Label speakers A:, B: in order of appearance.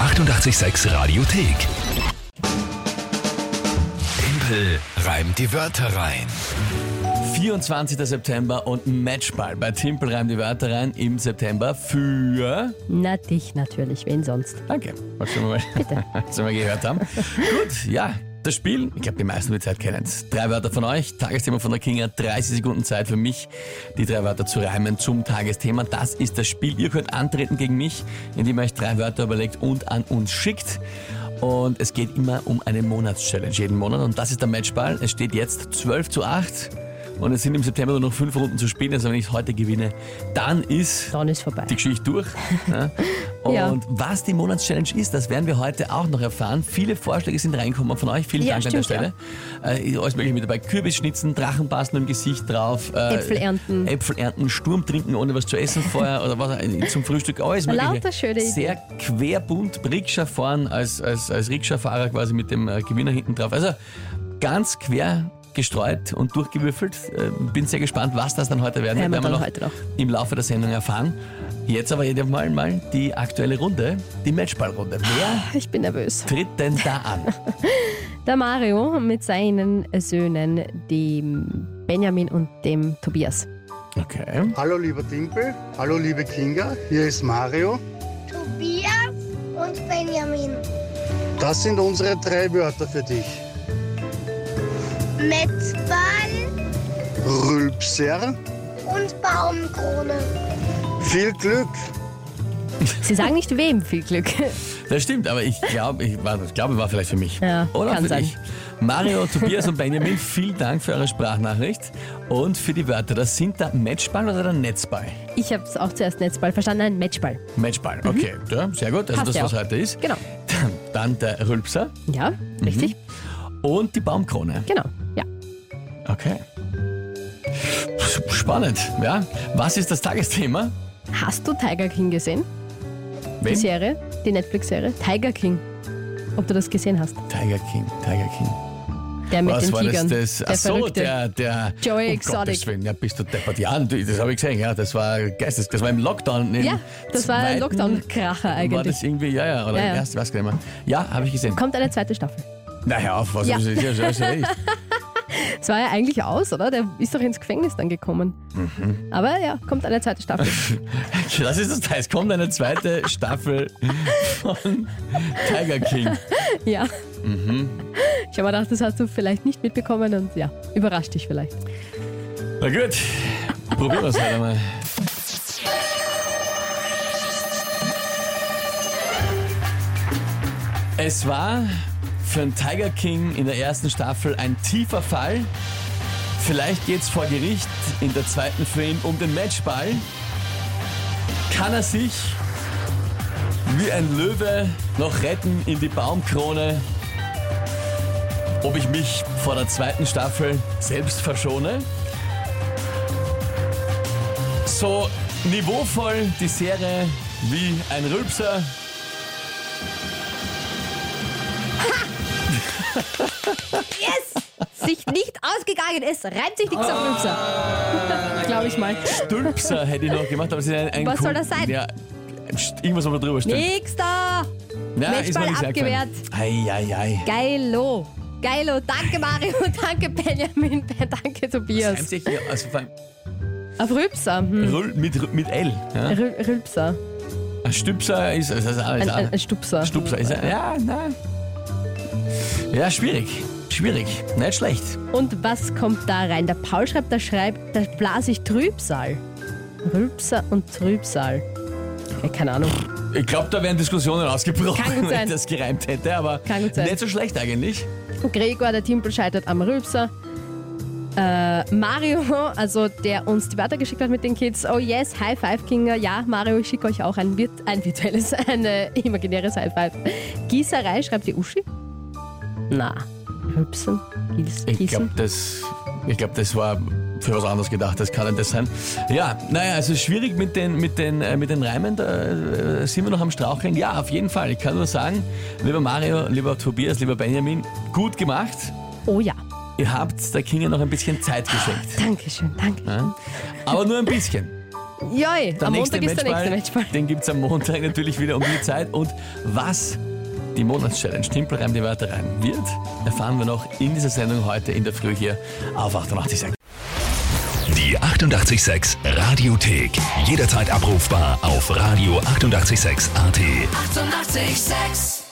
A: 886 Radiothek. Tempel reimt die Wörter rein.
B: 24. September und Matchball bei Timpel reimt die Wörter rein im September für.
C: Na, dich natürlich, wen sonst?
B: Danke, was schon mal, was schon mal gehört haben. Gut, ja. Das Spiel, ich glaube, die meisten mit Zeit kennen es. Drei Wörter von euch, Tagesthema von der Kinga, 30 Sekunden Zeit für mich, die drei Wörter zu reimen zum Tagesthema. Das ist das Spiel. Ihr könnt antreten gegen mich, indem ihr euch drei Wörter überlegt und an uns schickt. Und es geht immer um eine Monatschallenge jeden Monat. Und das ist der Matchball. Es steht jetzt 12 zu 8. Und es sind im September nur noch fünf Runden zu spielen. Also wenn ich es heute gewinne, dann ist
C: Dann ist vorbei.
B: die Geschichte durch. Ja. Und
C: Ja.
B: was die Monatschallenge ist, das werden wir heute auch noch erfahren. Viele Vorschläge sind reingekommen von euch. Vielen
C: Ja,
B: Dank an der
C: stimmt,
B: Stelle. Äh, alles mögliche mit dabei. Kürbisschnitzen, Drachenbasteln im Gesicht drauf. äh,
C: Äpfel ernten.
B: Äpfel ernten, Sturm trinken, ohne was zu essen vorher oder was äh, zum Frühstück. Alles mögliche.
C: Lauter schöne Ideen.
B: Sehr querbunt Rikscha fahren als, als, als Rikscha-Fahrer quasi mit dem äh, Gewinner hinten drauf. Also ganz quer gestreut und durchgewürfelt. Äh, Bin sehr gespannt, was das dann heute werden wird. Werden
C: Werden wir
B: wir
C: dann
B: noch
C: heute noch.
B: im Laufe der Sendung erfahren. Jetzt aber jedes Mal mal die aktuelle Runde, die Matchballrunde. Wer
C: Ich bin nervös.
B: tritt denn da an?
C: Der Mario mit seinen Söhnen, dem Benjamin und dem Tobias.
B: Okay.
D: Hallo lieber Timpel, hallo liebe Kinga, hier ist Mario.
E: Tobias und Benjamin.
D: Das sind unsere drei Wörter für dich.
E: Metzball
D: Rülpser,
E: und Baumkrone.
D: viel Glück.
C: Sie sagen nicht wem, viel Glück.
B: Das stimmt, aber ich glaube, ich, war- ich glaube, war vielleicht für mich.
C: Ja,
B: Oder
C: kann
B: für
C: sein.
B: dich. Mario, Tobias und Benjamin, vielen Dank für eure Sprachnachricht und für die Wörter. Das sind der Matchball oder der Netzball?
C: Ich habe es auch zuerst Netzball verstanden, ein Matchball.
B: Matchball, Mhm. okay. Ja, sehr gut, also
C: Passt
B: das,
C: ja
B: was
C: auch.
B: heute ist.
C: Genau.
B: Dann der Rülpser
C: Ja,
B: Mhm.
C: richtig?
B: und die Baumkrone.
C: Genau. Ja.
B: Okay. Spannend, ja. Was ist das Tagesthema?
C: Hast du Tiger King gesehen? Die
B: Wen?
C: Serie, die Netflix-Serie? Tiger King. Ob du das gesehen hast?
B: Tiger King, Tiger King.
C: Der mit
B: Was
C: den
B: war
C: Tigern.
B: das? das?
C: Der
B: Achso,
C: Verrückte.
B: der, der.
C: Joey
B: um
C: Exotic.
B: Gottes Willen, ja, bist du deppert. Ja, du- das habe ich gesehen, ja. Das war geistes. Das war im Lockdown. Im
C: ja, das war ein
B: zweiten-
C: Lockdown-Kracher
B: War
C: eigentlich.
B: das irgendwie, ja, ja, oder
C: Ja, ja.
B: erst, was genau. Ja, habe ich gesehen.
C: Kommt eine zweite Staffel.
B: Na ja, auf, was
C: Ja.
B: ja. ist das? Ja, ist ja echt.
C: Es war ja eigentlich aus, oder? Der ist doch ins Gefängnis dann gekommen. Aber ja, kommt eine zweite Staffel.
B: Das ist das Teil. Es kommt eine zweite Staffel von Tiger King.
C: ja. Ich habe mir gedacht, das hast du vielleicht nicht mitbekommen und ja, überrascht dich vielleicht.
B: Na gut, probieren wir es halt einmal. Es war für einen Tiger King in der ersten Staffel ein tiefer Fall. Vielleicht geht's vor Gericht in der zweiten für ihn um den Matchball. Kann er sich wie ein Löwe noch retten in die Baumkrone? Ob ich mich vor der zweiten Staffel selbst verschone? so niveauvoll die Serie wie ein Rülpser.
C: Yes! Sich nicht ausgegangen ist, reimt sich nichts auf Rübser. Glaube ich mal.
B: Stülpser hätte ich noch gemacht, aber es ist ein, ein
C: Was soll das sein?
B: Ja, pst, irgendwas, wo man drüber steht.
C: Nix da!
B: Na,
C: Matchball abgewehrt.
B: Eieiei.
C: Geilo! Geilo! Danke Mario, danke Benjamin, danke Tobias.
B: Also vor allem
C: Auf Rübser. Hm.
B: Rül mit, Rü- mit L. Ja?
C: Rü Rülpser.
B: Ein Stüpser ist, also das ist alles.
C: Ein, ein, ein Stupser.
B: Stupser ist ein, ja, nein. Ja, schwierig. Schwierig. Nicht schlecht.
C: Und was kommt da rein? Der Paul schreibt, da schreibt, da blase ich Trübsal. Rülpser und Trübsal. Ja, keine Ahnung.
B: Ich glaube, da wären Diskussionen ausgebrochen,
C: Kann gut
B: wenn
C: sein.
B: das gereimt hätte, aber
C: Kann gut sein.
B: nicht so schlecht eigentlich.
C: Gregor, der Timpel scheitert am Rülpser. Äh, Mario, also der uns die Wörter geschickt hat mit den Kids. Oh yes, High Five Kinger. Ja, Mario, ich schicke euch auch ein, virt ein virtuelles, ein äh, imaginäres High Five. Gießerei, schreibt die Uschi. Na, Rülpsen, Gieß,
B: Ich glaube,
C: Gießen.
B: das, ich glaub, das war für was anderes gedacht. Das kann nicht das sein. Ja, naja, also schwierig mit den, mit den, äh, mit den Reimen. Da äh, sind wir noch am Straucheln. Ja, auf jeden Fall. Ich kann nur sagen, lieber Mario, lieber Tobias, lieber Benjamin, gut gemacht.
C: Oh ja,
B: Ihr habt der Kinga noch ein bisschen Zeit geschenkt.
C: Dankeschön, danke.
B: Ja? Aber nur ein bisschen.
C: Joi, am Montag ist der nächste Matchball.
B: Den gibt es am Montag natürlich wieder um die Zeit. Und was die Monatschallenge Timpelreim die Wörter rein wird, erfahren wir noch in dieser Sendung heute in der Früh hier auf 886.
A: Die 886 Radiothek. Jederzeit abrufbar auf radio886.at. 886! 886.
F: 886